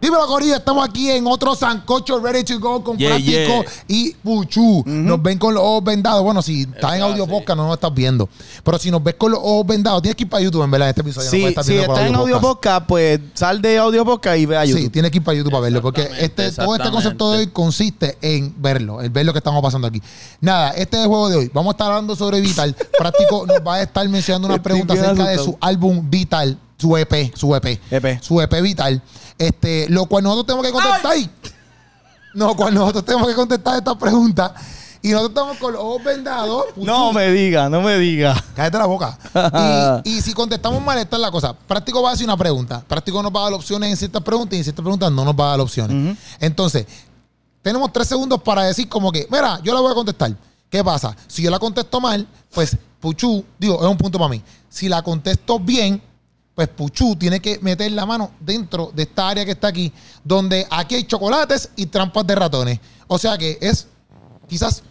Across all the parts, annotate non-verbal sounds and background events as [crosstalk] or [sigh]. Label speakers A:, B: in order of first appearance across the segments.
A: Dímelo, Corillo. Estamos aquí en otro sancocho ready to go con
B: Yeah,
A: Práctico
B: yeah.
A: y Puchu. Nos ven con los ojos vendados. Bueno, si estás en
B: Eso es
A: audio
B: así.
A: podcast, no nos estás viendo. Pero si nos ves con los ojos vendados, tienes que ir para YouTube, en verdad, en este episodio. no
C: Si,
A: puedes estar
C: si
A: viendo por
C: estás en audio podcast, pues sal de audio podcast y ve a
A: Sí,
C: YouTube.
A: tienes que ir para YouTube para verlo, porque
B: Exactamente,
A: este, todo este
B: exactamente.
A: concepto de hoy consiste en verlo, el ver lo que estamos pasando aquí. Nada, este es el juego de hoy. Vamos a estar hablando sobre
C: [laughs]
A: Vital. Práctico nos va a estar mencionando una
C: Estoy
A: pregunta
C: bien
A: acerca de
C: asustado.
A: su álbum Vital, su EP, su EP,
B: E
C: EP.
A: su EP Vital, este, lo cual nosotros tenemos que contestar. No, cual nosotros tenemos que contestar esta pregunta. Y nosotros estamos con los ojos
B: [laughs]
A: vendados.
C: No me diga, no me diga.
A: Cállate la boca. Y, y si contestamos mal, esta es la cosa. Práctico va a hacer una pregunta. Práctico nos va a dar opciones en ciertas preguntas y en ciertas preguntas no nos va a dar opciones. Entonces, tenemos tres segundos para decir como que, mira, yo la voy a contestar. ¿Qué pasa? Si yo la contesto mal, pues Puchu, digo, es un punto para mí. Si la contesto bien, pues Puchu tiene que meter la mano dentro de esta área que está aquí, donde aquí hay chocolates y trampas de ratones. O sea que es quizás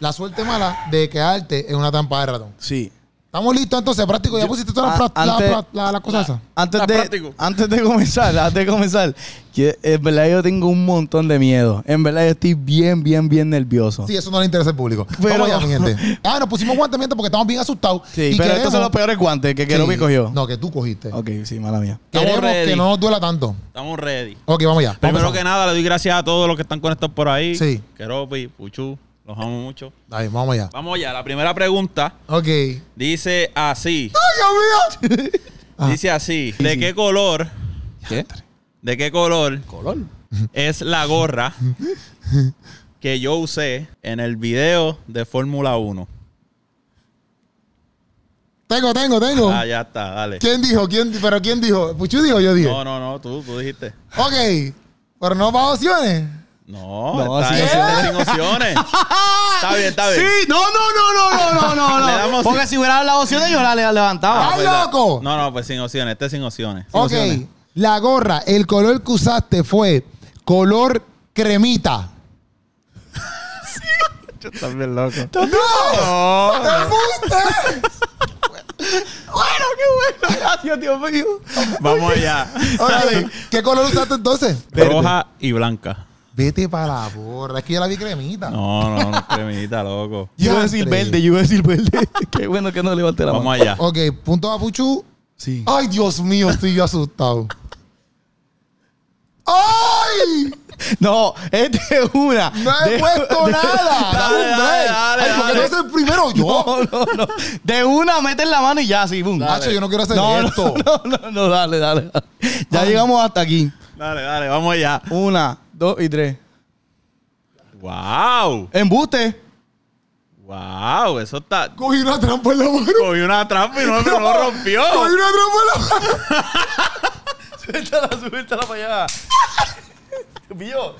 A: la suerte mala de quedarte en una trampa de ratón.
C: Sí.
A: Estamos listos entonces, práctico. Ya pusiste todas las
C: a-
A: pra- la-
C: antes-
A: pra- la- las cosas esas.
C: Antes
B: Está
C: de,
B: práctico.
C: antes de comenzar, antes de comenzar, que en verdad yo tengo un montón de miedo. En verdad yo estoy bien, bien, bien nervioso.
A: Sí, eso no le interesa al público.
C: [laughs] Pero-
A: Vamos allá, mi gente. Ah, nos pusimos guantes mientras porque estamos bien asustados.
C: Sí, pero estos son los peores guantes que Keropi cogió.
A: No, que tú cogiste.
C: Ok, sí, mala mía.
A: Queremos
B: Estamos ready.
A: que no nos duela tanto.
B: Estamos ready.
A: Ok, vamos allá.
B: Primero
A: Vamos
B: que nada, le doy gracias a todos los que están conectados por ahí.
A: Sí.
B: Keropi, Puchu, los amo mucho.
A: allá. Ahí, vamos allá.
B: Vamos allá. La primera pregunta
A: Ok. ¡Ay,
B: dice así.
A: Dios mío! Ah.
B: Dice así. ¿De qué color?
C: ¿Qué?
B: ¿De qué color
C: Color.
B: es la gorra que yo usé en el video de Fórmula 1?
A: Tengo, tengo, tengo.
B: Ah, ya está, dale.
A: ¿Quién dijo? ¿Quién, ¿Pero quién dijo? ¿Puchu dijo o yo dije?
B: No, no, no, tú, tú dijiste.
A: Ok. Pero no para opciones.
B: No,
C: No,
B: está,
C: sí,
B: está
C: sí.
B: sin opciones.
A: [laughs]
B: está bien, está bien.
C: Sí, no, no, no, no, no, no, no.
B: Le damos-
C: Porque si hubiera dado la opción yo la le- levantaba.
A: ¡Ah!
B: pues,
A: ¡Estás loco! Oh,
B: No, no, pues sin opciones, este es sin opciones.
A: Ok.
C: opciones.
A: La gorra, el color que usaste fue color cremita.
C: Estás bien loco. [laughs]
A: ¡No!
C: Bueno, qué bueno. Gracias, Dios mío.
B: Vamos allá.
A: Ok, ¿Qué color usaste entonces?
B: Roja y blanca.
A: Vete para la borra. Es que yo la vi cremita.
B: No, no, [laughs] no, cremita, loco.
C: Yo iba a decir
A: Diantre.
C: verde, yo iba a decir verde. [laughs] qué bueno que no levanté la mano.
B: Vamos allá.
A: Ok, punto a Puchu.
C: Sí.
A: Ay, Dios mío, estoy yo asustado. ¡Ay!
C: No, este es una.
A: ¡No he
C: De-
A: puesto nada!
B: [laughs] Dale,
A: Dame un
B: dale,
A: break.
B: dale,
A: Ay, porque no
B: dale.
A: es el primero yo.
C: [laughs] No, no, no. De una, meten la mano y ya, sí, boom.
A: Nacho, yo no quiero hacer
C: No, no,
A: esto.
C: no, no, no, dale, dale. Ya llegamos hasta aquí.
B: Dale, dale, vamos allá.
C: Una, dos y tres.
B: ¡Wow!
C: Embuste.
B: ¡Wow! Eso está.
A: Cogí una trampa en la mano.
B: Cogí una trampa y no, no rompió.
A: Cogí una trampa en la mano.
C: Suéltala, suéltala para allá. ¿Vio?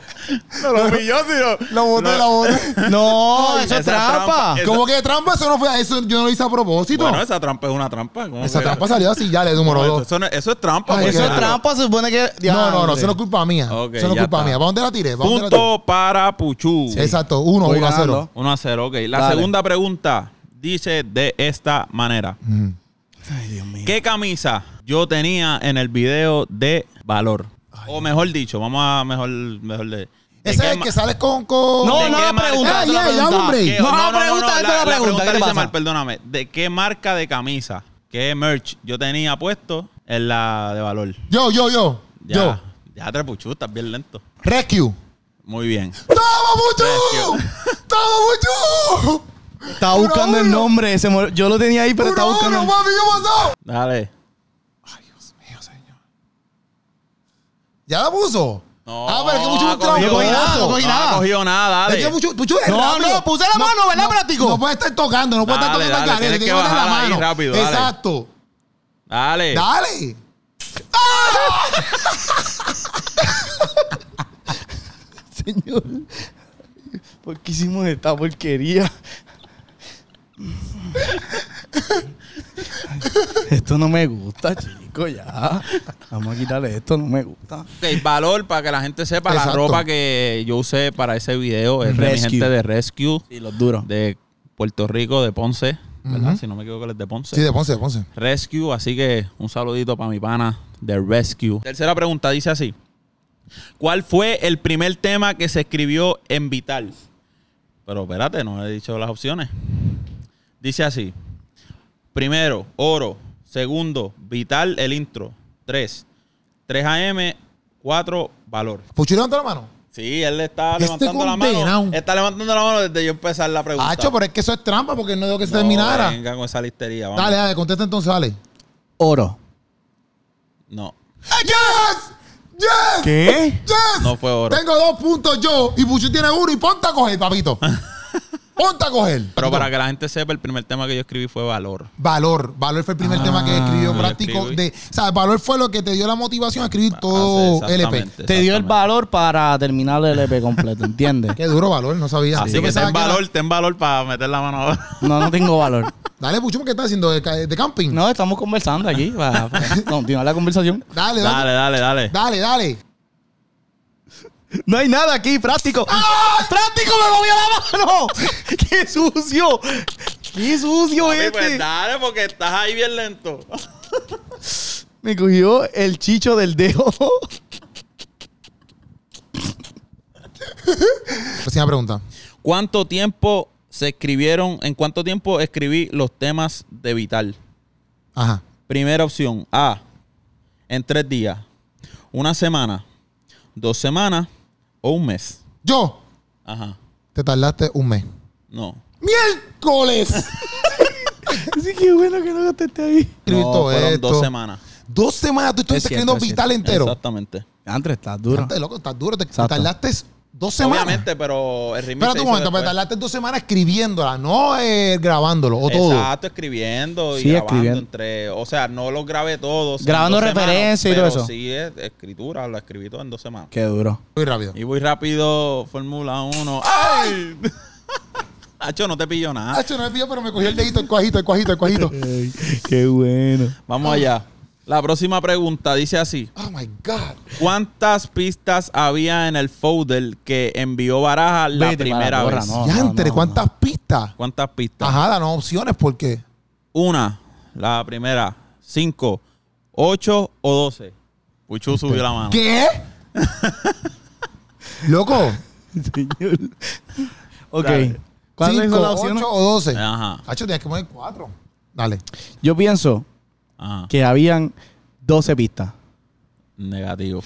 B: No lo pilló, sino.
A: La boté, la boté. [laughs]
C: No, eso
B: esa
C: es trampa.
B: trampa.
A: ¿Cómo que trampa? Eso no fue. Eso yo no lo hice a propósito.
B: Bueno, esa trampa es una trampa. ¿Cómo
A: Esa
B: que-
A: trampa salió así, ya le número
B: Eso,
A: 2.
B: eso no- eso es trampa. pues,
A: Ay,
B: porque-
C: Eso es trampa, se supone que.
A: No, no, no,
C: Diantre.
A: eso no es culpa mía.
B: Ok,
A: eso no es
B: ya
A: culpa
B: está.
A: mía. ¿Para dónde la tiré? ¿Para dónde la tiré?
B: Punto para Puchu.
A: Exacto, 1
C: Voy
A: 1 a 0.
C: ganando.
B: 1 a 0, ok. La
C: Dale.
B: segunda pregunta dice de esta manera.
C: Ay, Dios mío.
B: ¿Qué camisa yo tenía en el video de Valor? o mejor dicho, vamos a mejor, mejor de... de
A: Ese
B: qué
A: es el
B: ma-
A: que sales con. con...
B: ¿De
C: No,
B: qué
C: no la
B: marca?
C: pregunta.
A: Ah,
C: no la
A: ya, ya,
C: pregunta.
A: hombre.
B: ¿Qué-
C: No, no, pregunta, esta es la pregunta. ¿Qué
B: dice
C: pasa?
B: mal, perdóname. ¿De qué marca de camisa, qué merch yo tenía puesto en la de Valor?
A: Yo, yo, yo.
B: Ya,
A: Yo.
B: ya te puchu, estás bien lento.
A: Rescue.
B: Muy bien.
A: ¡Toma, mucho! ¡Toma, mucho!
C: Estaba
A: Uno,
C: buscando el
A: uno.
C: nombre. se me- yo lo tenía ahí, pero estaba buscando. el-
A: papi, ¿qué pasó?
B: Dale.
A: Ay, Dios mío, señor. ¿Ya la puso?
B: No,
A: Ah, pero es que mucho
B: no
A: no
B: ha cogido
C: cogí nada, no cogí
B: No
C: nada.
B: ha cogido nada, dale.
A: Es que mucho, mucho es
C: No,
A: rápido.
C: no, puse la mano, ¿verdad, práctico?
A: No puede estar tocando, no puede estar
B: Dale,
A: tocando el
B: dale,
A: galero, tiene
B: tienes que
A: que meter la
B: bajar ahí
A: mano.
B: rápido, dale.
A: Exacto.
B: Dale.
A: Dale.
C: Señor, ¿por qué hicimos esta porquería? Esto no me gusta, chico, ya. Vamos a quitarle esto, no me gusta.
B: Ok, valor para que la gente sepa la
A: Exacto.
B: ropa que yo usé para ese video. Es de mi
C: Rescue.
B: gente de Rescue,
C: Y los duros.
B: de Puerto Rico, de Ponce, ¿verdad? Si no me equivoco, él es de Ponce.
A: Sí, de Ponce, de Ponce.
B: Rescue, así que un saludito para mi pana de Rescue. Tercera pregunta, dice así. ¿Cuál fue el primer tema que se escribió en Vital? Pero espérate, no he dicho las opciones. Dice así. Primero, oro. Segundo, vital, el intro. Tres. 3 AM, 4, valor.
A: Puchu, levanta la mano.
B: Sí, él está
A: Este
B: levantando la
A: condenado.
B: mano. Está levantando la mano desde yo empezar la pregunta.
A: Hacho, pero es que eso es trampa porque no digo que se
B: No, eh.
A: terminara.
B: Venga con esa listería. vamos.
A: Dale, dale, contesta entonces, dale.
C: Oro.
B: No,
A: ¡Yes! ¡Yes!
C: ¿Qué?
A: ¡Yes!
B: no fue oro.
A: Tengo dos puntos yo y Puchu tiene uno y ponte a coger,
B: [laughs]
A: papito. ponte a coger.
B: Pero para que la gente sepa, el primer tema que yo escribí fue valor.
A: Valor. Valor fue el primer
C: Ah,
A: tema que escribió
B: lo
A: práctico.
B: escribí.
A: De, o sea, Valor fue lo que te dio la motivación a escribir todo E
B: Así,
A: LP.
B: exactamente,
C: Te dio el
B: exactamente.
C: valor para terminar el LP completo, ¿entiendes?
A: Qué duro Valor, no sabía.
B: Así
A: Yo
B: que
A: pensaba
B: ten
A: que era-
B: valor, ten valor para meter la mano ahora.
C: No, no tengo valor.
A: Dale, Puchu, ¿qué estás haciendo? ¿De, ca- de camping?
C: No, estamos conversando aquí para, para continuar la conversación.
A: Dale, dale.
B: [laughs] Dale, dale, dale.
A: Dale, dale.
C: No hay nada aquí, práctico. ¡Ah! ¡Práctico me movió la mano! ¡Qué sucio! ¡Qué sucio
B: Papi,
C: este!
B: pues dale, porque estás ahí bien lento. [laughs]
C: Me cogió el chicho del [laughs] dedo.
A: Próxima pregunta.
B: ¿Cuánto tiempo se escribieron? ¿En cuánto tiempo escribí los temas de Vital?
A: Ajá.
B: Primera opción, A, en tres días, una semana, dos semanas o un mes.
A: Yo,
B: Ajá,
A: te tardaste un mes.
B: no.
A: ¡Miércoles!
C: Así que bueno que no contesté ahí.
A: Escribir
B: no,
A: todo
B: fueron
A: esto.
B: dos semanas.
A: Dos semanas tú estuviste
C: Es cierto,
A: escribiendo
C: es
A: vital entero.
B: Exactamente.
C: Andrés, estás duro.
A: Antes, loco, estás duro. Te te
C: Exacto.
A: tardaste dos semanas.
B: Obviamente, pero el remix
A: Espérate
B: se
A: un
B: hizo
A: momento, pero
B: después.
A: tardaste dos semanas escribiéndola, no eh, grabándolo o todo.
B: Exacto, escribiendo y
C: Sí,
B: grabando
C: escribiendo.
B: entre... O sea, no los grabé todos. en
C: Grabando
B: dos semanas,
C: referencias y
B: pero
C: todo eso.
B: sí, es escritura, lo escribí todo en dos semanas.
C: Qué duro.
A: Muy rápido.
B: Y voy rápido, Fórmula 1. ¡Ay! [laughs] Hacho, no te pillo nada.
A: Hacho, no me pillo, pero me cogió el dedito, el cuajito, el cuajito, el
C: [laughs]
A: cuajito.
C: Ay, qué bueno.
B: Vamos allá. La próxima pregunta dice así.
A: Oh my God.
B: ¿Cuántas pistas había en el folder que envió Baraja la
C: Vete para la
B: primera
C: porra,
B: vez?
C: no. Ah.
A: ya entre ¿cuántas pistas?
B: ¿Cuántas pistas?
A: Ajá, danos opciones porque.
B: Una, la primera, cinco, ocho o doce. Puchu subió la mano.
C: [laughs]
A: ¿Qué? Loco,
C: Señor. Ok.
B: Dale.
C: ¿Cuáles son las
A: 5,
C: opciones?
A: 8 o 12.
B: Ajá,
A: Hacho, tienes que poner 4. Dale.
C: Yo pienso
B: ajá.
C: que habían 12 pistas.
A: [laughs]
B: Negativo.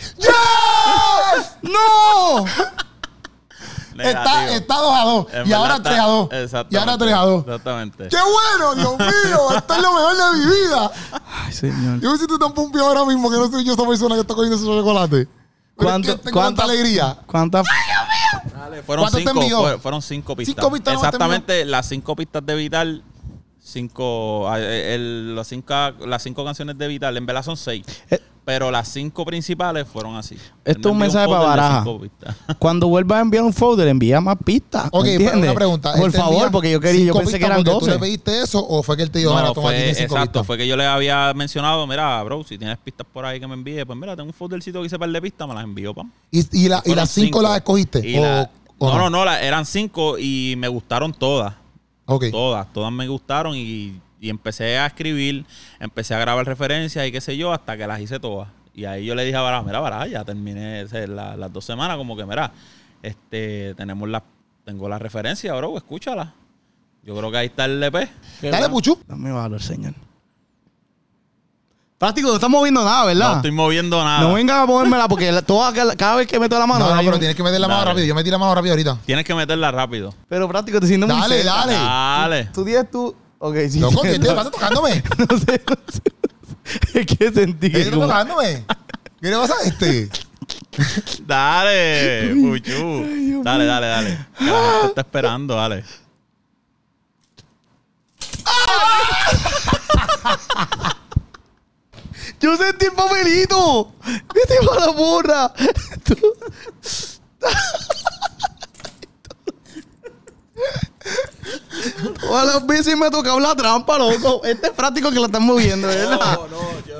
C: ¡No!
A: Está,
B: Negativo.
A: está 2 a 2.
B: En
A: eh, Y
B: verdad
A: ahora
B: está-
A: 3 a 2.
B: Exactamente.
A: Y ahora 3 a 2.
B: Exactamente.
A: ¡Qué bueno, Dios
B: [laughs]
A: mío! Esto es lo mejor de mi vida.
C: Ay, señor.
A: Yo me siento tan pumpeado ahora mismo que no soy yo esa persona que está cogiendo ese chocolate. Pero es que
C: ¿Cuánto-
A: tengo
C: cuánta-
A: tanta alegría.
C: ¿Cuántas?
B: Dale, fueron
A: ¿Cuántas te
B: cinco,
A: envió?
B: fue- fueron cinco pistas.
A: Cinco pistas nomás te
B: Exactamente, las cinco pistas de Vital, cinco, ah, eh, el- las, cinco las cinco canciones de Vital, en verdad son seis.
C: Eh.
B: pero las cinco principales fueron así.
C: es un
B: Él me envió
C: mensaje para
B: folder de
C: Baraja.
A: [laughs]
B: cinco pistas.
C: Cuando vuelvas a enviar un folder, envía más pistas.
A: Ok, pero
C: ¿entiendes?
A: una pregunta.
C: Por
A: ¿Él te
C: favor,
A: envía
C: porque yo quería, yo
A: cinco
C: pensé que
A: pistas
C: eran
A: porque ¿Tú
C: 12.
A: le pediste eso o fue que él te dijo,
B: No,
A: mira, toma
B: fue,
A: aquí tienes cinco
B: exacto,
A: pistas"?
B: fue que yo le había mencionado, mira, bro, si tienes pistas por ahí que me envíes, pues mira, tengo un foldercito que hice par de pistas, me las envío, pam.
A: ¿Y, y, la- y
B: Fueron
A: las cinco, las escogiste?
B: Y
A: ¿O-
B: la-
A: o
B: no, no, no, la- eran cinco y me gustaron todas.
A: Ok.
B: Todas, todas me gustaron y, y empecé a escribir, empecé a grabar referencias y qué sé yo, hasta que las hice todas. Y ahí yo le dije a Baraja, mira, Baraja, ya terminé o sea, la- las dos semanas, como que, mira, este, tenemos las, tengo las referencias, bro, escúchala. Yo creo que ahí está el E LP.
A: Dale, Puchu.
C: Dame valor, señor. Práctico, no estás moviendo nada, ¿verdad?
B: No
C: No,
B: estoy moviendo nada.
C: vengas a movérmela porque la- toda- cada, vez que meto la
A: No,
C: mano.
A: no,
C: ahora
A: pero
C: yo-
A: tienes que meter la mano
B: Dale.
A: rápido. Yo metí la mano rápido
B: [laughs]
A: ahorita.
B: Tienes que meterla rápido.
C: Pero práctico, te siento muy
A: Dale,
C: cerca.
A: dale.
B: Dale.
C: Tú tienes tú. Ok, sí.
A: Loco, ¿qué
C: siento-
A: te pasa
B: [laughs]
A: tocándome?
C: [laughs] no, sé, no sé. Es que sentí
A: ¿Qué
C: que.
A: te
C: como-
A: pasa tocándome? ¿Qué le pasa a este?
B: Dale, Puchu. Dale, dale, dale. Carajo, te está
A: Ah.
B: esperando, dale.
C: Yo sentí el papelito. Vete para la porra. [laughs] Tú- Todas las veces me ha tocado la trampa, loco. Este es práctico que la están moviendo, ¿verdad?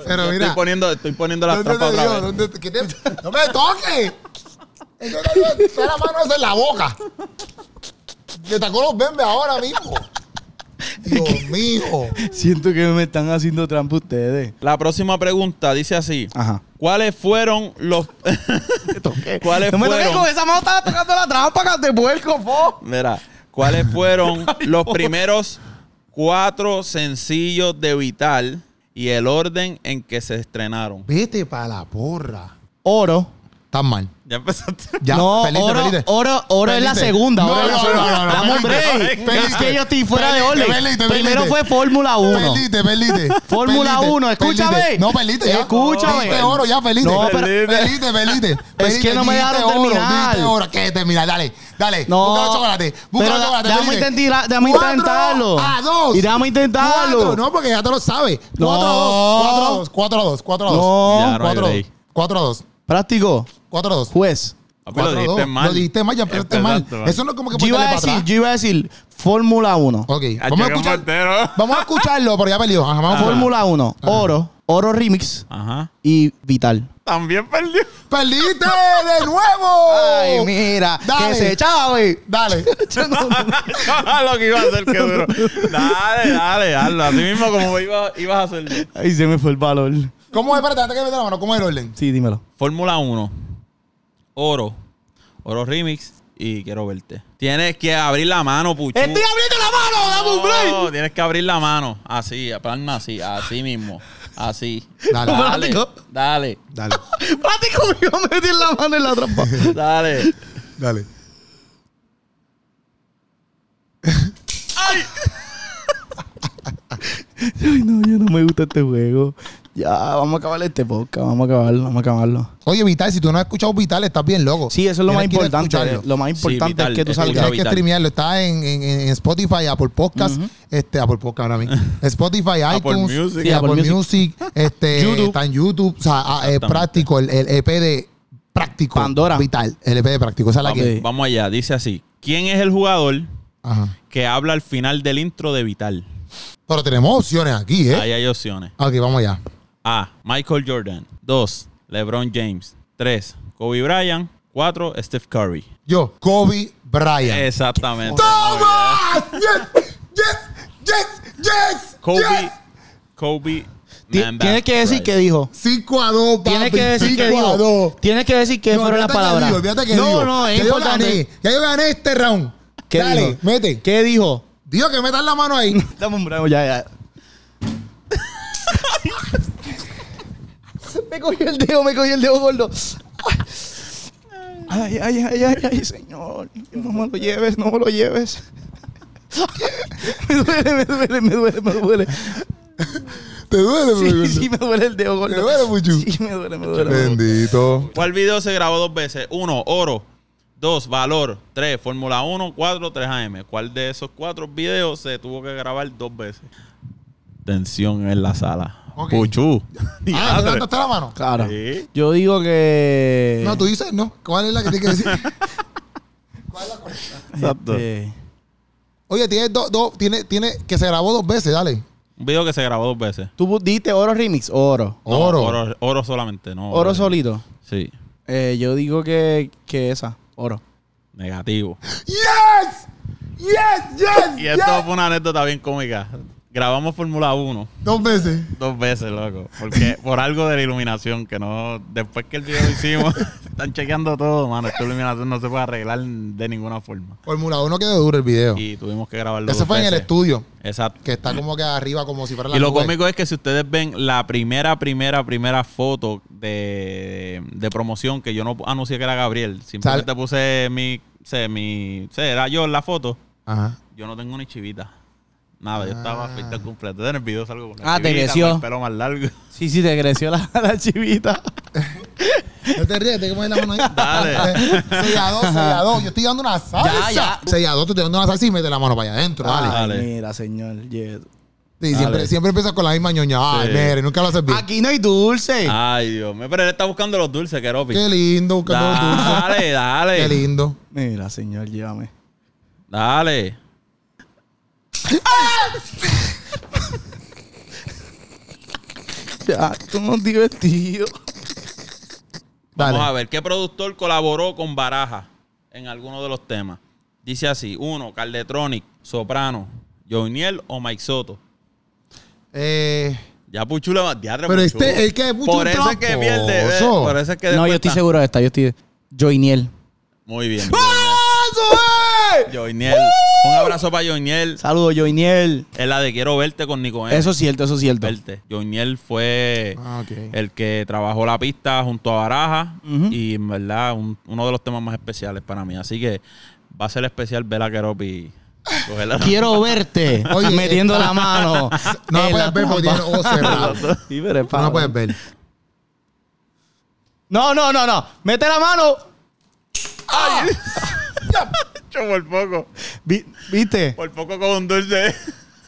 A: Pero
B: Estoy
A: mira.
B: poniendo, estoy poniendo las
A: ¿dónde te
B: trampas otra
A: dio?
B: vez.
A: ¿Dónde te- qué te- ¡No me toques! Eso te dio-
B: [laughs]
A: te da la mano esa en la boca. Te tacó los bembes ahora mismo. Dios mío.
C: Siento que me están haciendo trampa ustedes.
B: La próxima pregunta dice así.
C: Ajá.
B: ¿Cuáles fueron los... [laughs] ¿Cuáles
C: No me toques con
B: fueron...
C: esa mano, estaba tocando la trampa, cante puerco, po.
B: Mira, ¿cuáles
A: [laughs]
B: fueron los primeros cuatro sencillos de Vital y el orden en que se estrenaron?
A: Vete para la porra.
C: Oro.
A: Estás mal.
B: Ya [laughs] empezaste.
A: Ya,
C: no,
A: perdiste,
C: oro,
A: perdiste.
C: oro, oro es la
A: Perdiste.
C: segunda. Oro
A: No,
C: es la
A: no,
C: segunda.
A: no, no, no,
C: Dame un
A: perdiste,
C: break.
A: perdiste,
C: es que yo estoy fuera
A: perdiste,
C: de orden.
A: perdiste,
C: Primero
A: perdiste.
C: fue Fórmula 1.
A: Perdiste, perdiste.
C: Fórmula
A: Perdiste,
C: 1,
A: perdiste.
C: escúchame.
A: No, perdiste ya.
C: Escúchame.
A: Diste oro ya, perdiste.
C: No, eh,
B: pero-
A: Perdiste, perdiste.
C: Es que no me
A: Perdiste
C: dejaron
A: oro,
C: terminar.
A: diste oro. ¿Qué? Termina, dale, dale.
C: No.
A: Búscalo chocolate. Búscalo
C: Pero
A: chocolate.
C: déjame
A: perdiste.
C: intentar- déjame
A: Cuatro
C: intentarlo.
A: A dos.
C: Y déjame intentarlo.
A: Cuatro, no, porque ya te lo sabes.
C: No.
A: 4 a 2, 4 a 2, 4 a 2, 4 a 2.
C: No.
B: Ya, no hay
A: 4 a 2,
B: break.
A: 4 a 2,
C: Práctico.
A: 4 a 2.
C: Juez.
B: Papi,
A: Cuatro
B: lo
A: a
B: dijiste
A: dos.
B: mal.
A: Lo dijiste mal, ya empezaste mal. Eso no es como que
C: Yo iba,
A: para
C: a
A: atrás.
C: decir, yo iba a decir Fórmula 1.
A: Ok,
B: Ah,
A: vamos a
B: llegamos
A: escuchar.
B: entero.
A: Vamos a escucharlo, pero ya perdió. Ajá, vamos a formar.
C: Fórmula 1.
A: Ah.
C: Oro. Oro Remix.
B: Ajá.
C: Y Vital.
B: También perdió.
A: ¡Perdiste de nuevo!
C: Ay, mira.
A: Oh, Dale.
C: Que se echaba, güey. [laughs]
A: Dale.
B: [laughs] lo que iba a hacer, qué duro. Dale, dale, hazlo. Así mismo como iba- ibas a hacer.
C: Ay, se me fue el valor.
A: ¿Cómo es? Espérate, antes que me dé la mano, ¿cómo es el orden?
C: Sí, dímelo.
B: Fórmula 1. Oro. Oro Remix. Y quiero verte. Tienes que abrir la mano, Puchu.
C: abriendo la mano!
B: No, tienes que abrir la mano. Así, palma así, así mismo. Así.
A: Dale.
B: Dale. Dale.
A: Dale,
C: Práctico Ah, [laughs] me iba a meter la mano en la trampa.
B: Dale.
A: dale.
C: Ay, no, ya no me gusta este juego. Ya, vamos a acabar este podcast. Vamos a acabarlo, vamos a acabarlo.
A: Oye, Vital, si tú no has escuchado Vital, estás bien loco.
C: Sí, eso es lo más
A: Tienes que ir a
C: importante.
A: escucharlo.
C: Lo más importante
B: Vital,
C: es que tú
B: escucha
C: salgas.
A: Tienes que
B: Vital.
A: streamearlo. Está en, en, en Spotify, Apple Podcast, este, Apple Podcast ahora mismo.
C: [laughs]
A: Spotify, iTunes,
B: Apple Music.
A: sí,
C: Sí,
A: Apple,
C: Apple
A: Music, este,
C: YouTube.
A: está en YouTube. O sea, ah, eh,
B: Exactamente.
A: práctico, el, el EP de práctico.
C: Pandora.
A: Vital, el EP de práctico. Esa es la
C: Papi.
A: que.
B: Vamos allá. Dice así. ¿Quién es el jugador
A: Ajá.
B: que habla al final del intro de Vital?
A: Pero tenemos opciones aquí, ¿eh?
B: Ahí hay opciones.
A: Ok, vamos allá.
B: A. Michael Jordan. 2. LeBron James. 3. Kobe Bryant. 4. Steph Curry.
A: Yo, Kobe Bryant.
B: Exactamente.
A: ¡Toma! Yes, yes, yes, yes.
B: Kobe.
A: yes.
B: Kobe.
C: Ti-
B: Man
C: Tienes
B: back,
C: que decir
B: right.
C: qué dijo.
A: 5 a 2, papi.
C: Tienes que decir
A: 5
C: que
A: a 2.
C: dijo. Tienes que decir que fueron las palabras.
A: Que digo, olvídate que
C: no,
A: digo.
C: no, es
A: ya yo gané.
C: importante.
A: Ya yo gané este round.
C: ¿Qué
A: Dale,
C: dijo?
A: mete.
C: ¿Qué dijo?
A: Dios, que metas la mano
C: [laughs]
A: ahí.
C: Dame un bravo, ya, ya. [laughs] me cogió el dedo, me cogió el dedo gordo. Ay, ay, ay, ay, ay, señor. No me lo lleves, no me lo lleves. me duele, me duele, me duele, me duele.
A: Te duele,
C: Sí,
A: bro.
C: sí, me duele el dedo gordo.
A: ¿Te duele, Puchu?
C: Sí, me duele, me duele. me duele.
A: Bendito.
B: ¿Cuál video se grabó dos veces? Uno, oro. Dos, valor. Tres, Fórmula 1. Cuatro, 3 AM. ¿Cuál de esos cuatro videos se tuvo que grabar dos veces? Tensión en la sala.
A: Ok.
B: Puchu. [laughs]
A: Ah, ¿tú
B: Diadre.
A: levantaste la mano?
C: Claro.
B: Sí.
C: Yo digo que.
A: No, tú dices no. ¿Cuál es la que tienes que
C: [laughs]
A: decir?
B: Exacto.
C: Este,
A: Oye, tiene dos, dos, tiene, tiene, que se grabó dos veces, dale.
B: Un video que se grabó dos veces.
C: Tú diste oro remix, oro.
B: No,
A: Oro.
B: oro. oro solamente, no.
C: Oro solito.
B: Sí.
C: Eh, yo digo que, que esa, oro.
B: Negativo.
A: ¡Yes! ¡Yes! ¡Yes!
B: Y esto
A: yes.
B: fue una anécdota bien cómica. Grabamos Fórmula 1
A: Dos veces.
B: dos veces, loco.
A: [laughs]
B: Porque por algo de la iluminación, que no. Después que el video lo
A: [laughs]
B: hicimos, están chequeando todo, mano. Esta iluminación no se puede arreglar de ninguna forma.
A: Fórmula 1 quedó duro el video.
B: Y tuvimos que grabarlo.
A: Ese
B: dos
A: fue en el
B: veces.
A: estudio,
B: Exacto.
A: que está como que arriba, como si fuera la
B: Y lo
A: nube.
B: cómico es que si ustedes ven la primera, primera, primera foto de, de promoción que yo no anuncié que era Gabriel, simplemente
A: Sale.
B: puse mi, sé, mi, sé, era yo en la foto.
A: Ajá.
B: Yo no tengo ni chivita. Nada, yo estaba
A: Ah.
B: afeitado completo. En el video salgo con la
C: Ah, te
B: chivita,
C: creció.
B: con el pelo más largo.
C: Sí, sí, te creció la, [laughs] la chivita.
A: No te ríes, te que poner la mano ahí.
B: Dale.
A: Eh, Sellado, sellado. Yo estoy dando una salsa.
C: ya.
A: Sellado, te estoy dando una salsa y mete la mano para allá adentro. Dale.
C: Ay,
B: dale.
C: Mira, señor. yes.
A: Sí, siempre,
B: dale.
A: siempre empiezas con la misma ñoña. Ay,
B: Sí.
A: mire, nunca lo haces bien. Ah.
C: Aquí no hay dulce.
B: Ay, Dios mío. Pero él está buscando los dulces, Keropi.
A: Qué lindo, buscando los dulces.
B: Dale,
A: Qué
B: dale.
A: lindo.
C: Mira, señor, llévame.
B: Dale.
C: Ya, tú no es divertido.
A: Dale.
B: Vamos a ver, ¿qué productor colaboró con Baraja en alguno de los temas? Dice así, uno, Cardetronic, Soprano, Joiniel o Mike Soto.
A: Eh,
B: Ya Puchu le va ya
A: Pero este, el que es Puchu
B: Por
A: un
B: eso es que pierde. eh,
A: tramposo.
B: Por eso es que
C: No,
B: después
C: yo estoy
B: está-
C: seguro de esta. Yo estoy. Joiniel.
B: Muy
C: [laughs]
B: bien.
C: ¡Eso es!
B: Joiniel. Un abrazo para Joiniel.
C: Saludos, Joiniel.
B: Es la de quiero verte con Nico M.
C: Eso es cierto, eso es cierto.
B: Verte. Joiniel fue
A: ah, ok.
B: el que trabajó la pista junto a Baraja
C: Ujú.
B: y en verdad un- uno de los temas más especiales para mí. Así que va a ser especial ver a Keropi.
A: [laughs]
B: cogerla.
C: Quiero verte
A: Oye,
C: metiendo la mano.
A: [laughs] No la
C: en
A: puedes ver porque tiene
C: trampa.
A: los ojos cerrados. No
C: [laughs] Sí, pero es
A: la
C: para-
A: puedes ver.
C: No, no, no, no. Mete la mano.
B: [laughs] por poco.
C: Vi- ¿Viste?
B: Por poco con un dulce.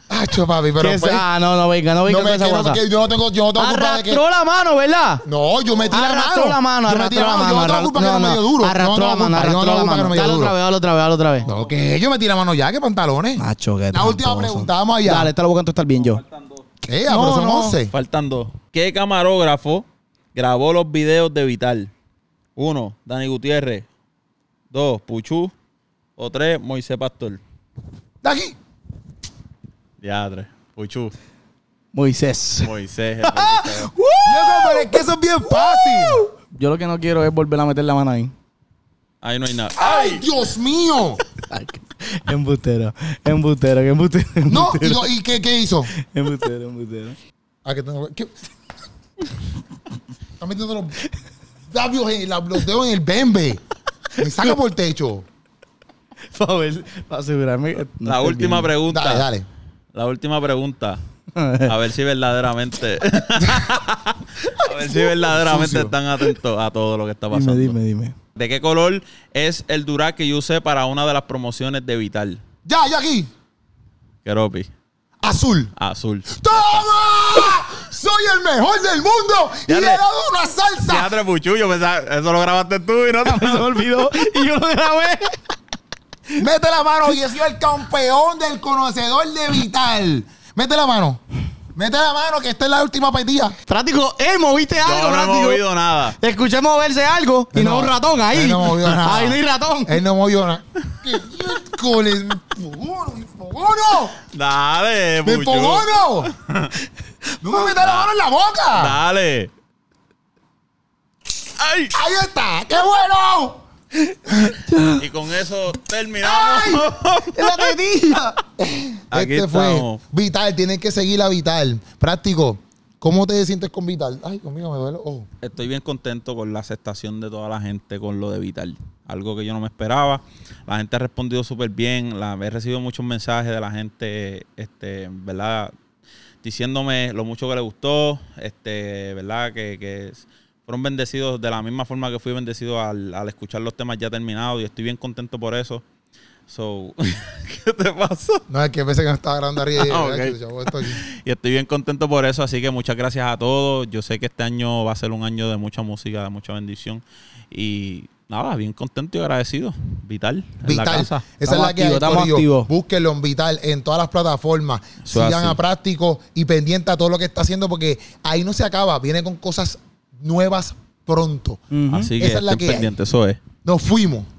A: Acho, papi, pero.
C: Que es-
A: pues,
C: ah, no, no, venga, no venga
A: no
C: con
A: me,
C: esa
A: que no-
C: cosa.
A: que yo no tengo, yo no tengo culpa de que.
C: Arrastró la mano, ¿verdad?
A: No, yo metí la
C: Arrastró
A: mano.
C: la mano,
A: yo metí
C: arrastró la mano.
A: Yo no tengo culpa que no
C: arrastró-
A: me dio duro. Yo no
C: Arrastró
A: tengo
C: la
A: culpa-
C: mano,
A: yo no
C: arrastró
A: tengo culpa que
C: la
A: no
C: mano. Ah,
A: me dio
C: Dale otra
A: duro.
C: vez, dale otra vez, dale otra vez.
A: No, que yo metí la mano ya, que pantalones.
C: Macho, qué
A: La última
C: tramposo.
A: pregunta, vamos allá.
C: Dale, te lo voy a contestar bien yo.
A: Eh, ah,
C: No,
A: pero son
C: no.
A: 11.
B: Faltan dos. ¿Qué camarógrafo grabó los videos de Vital? Uno, Dani Gutiérrez. Dos, Puchu. O tres, Moisés Pastor.
A: De aquí.
B: Ya, tres. Puchu,
C: Moisés.
B: [laughs] Moisés.
A: Loco, pero es que eso es bien fácil.
C: Yo lo que no quiero es volver a meter la mano ahí.
B: Ahí no hay nada.
A: ¡Ay, Dios mío!
C: Ay, qué- Embustero, embustero, qué embustero. [laughs]
A: No, y, lo- ¿y qué, qué hizo?
C: Embustero, embustero.
A: Ah, que tengo. ¿Qué? Está metiendo los labios, en, la- los dedos en el bembe. Me saca por el techo.
C: Para ver, para asegurarme. que no
B: La
C: esté
B: última
C: bien.
B: pregunta.
A: Dale, dale.
B: La última pregunta.
C: [laughs]
B: A ver si [laughs] verdaderamente. a ver si verdaderamente
A: Sucio.
B: están atentos a todo lo que está pasando.
C: Dime, dime, dime.
B: ¿De qué color es el Durac que yo usé para una de las promociones de Vital?
A: Ya, ya aquí.
B: Keropi.
A: Azul.
B: Azul. [laughs]
A: ¡Toma! ¡Soy el mejor del mundo! ¡Y
B: Ya
A: le he
B: le-
A: dado una salsa!
B: Teatro Puchu, yo pensaba, eso lo grabaste tú y [laughs] no
C: Se me olvidó y yo lo grabé.
A: ¡Mete la mano! Y he sido el campeón del conocedor de Vital. ¡Mete la mano! ¡Mete la mano que esta es la última pedida!
C: Práctico, eh, moviste algo,
B: Yo no
C: práctico.
B: he movido nada.
C: Escuché moverse algo y
A: Él
C: no, un ratón ahí.
A: Él no movió nada.
C: Ahí no hay ratón.
A: Él no movió nada. ¡Qué miércoles! ¡Me empogono! ¡Me empogono!
B: Dale,
A: ¡Me
B: Puchu. [laughs]
A: empogono! ¡No me metas la mano en la boca!
B: Dale. ¡Ay!
A: ¡Ahí está! ¡Qué bueno!
B: Y con eso [laughs]
A: ¡Ay!
B: terminamos.
A: ¡La tetilla!
B: Aquí
A: este fue
B: estamos.
A: Vital, tienes que seguir a Vital. Práctico, ¿cómo te sientes con Vital? Ay, conmigo me duele. ojo.
B: Estoy bien contento con la aceptación de toda la gente con lo de Vital. Algo que yo no me esperaba. La gente ha respondido súper bien. La, he recibido muchos mensajes de la gente, este, ¿verdad? Diciéndome lo mucho que le gustó, este, ¿verdad? Que, que fueron bendecidos de la misma forma que fui bendecido al, al escuchar los temas ya terminados. Y estoy bien contento por eso. So, [laughs] ¿qué te pasó?
A: No, es que pensé que no estaba grabando arriba.
B: [laughs] Ah, ok.
A: Ay, chavo, esto aquí.
B: Y estoy bien contento por eso, así que muchas gracias a todos. Yo sé que este año va a ser un año de mucha música, de mucha bendición. Y nada, bien contento y agradecido. Vital. en la
A: Vital.
B: casa.
A: Esa es
C: Estamos
A: la que hay,
C: activos, estamos
A: corillo.
C: activos.
A: Búsquenlo en Vital en todas las plataformas.
B: Eso es
A: Sigan
B: así.
A: a Práctico y pendiente a todo lo que está haciendo porque ahí no se acaba. Viene con cosas nuevas pronto.
C: Ujú.
B: Así que
A: Esa es la
C: 啊
B: estén
A: que hay.
B: pendientes, eso es.
A: Nos fuimos.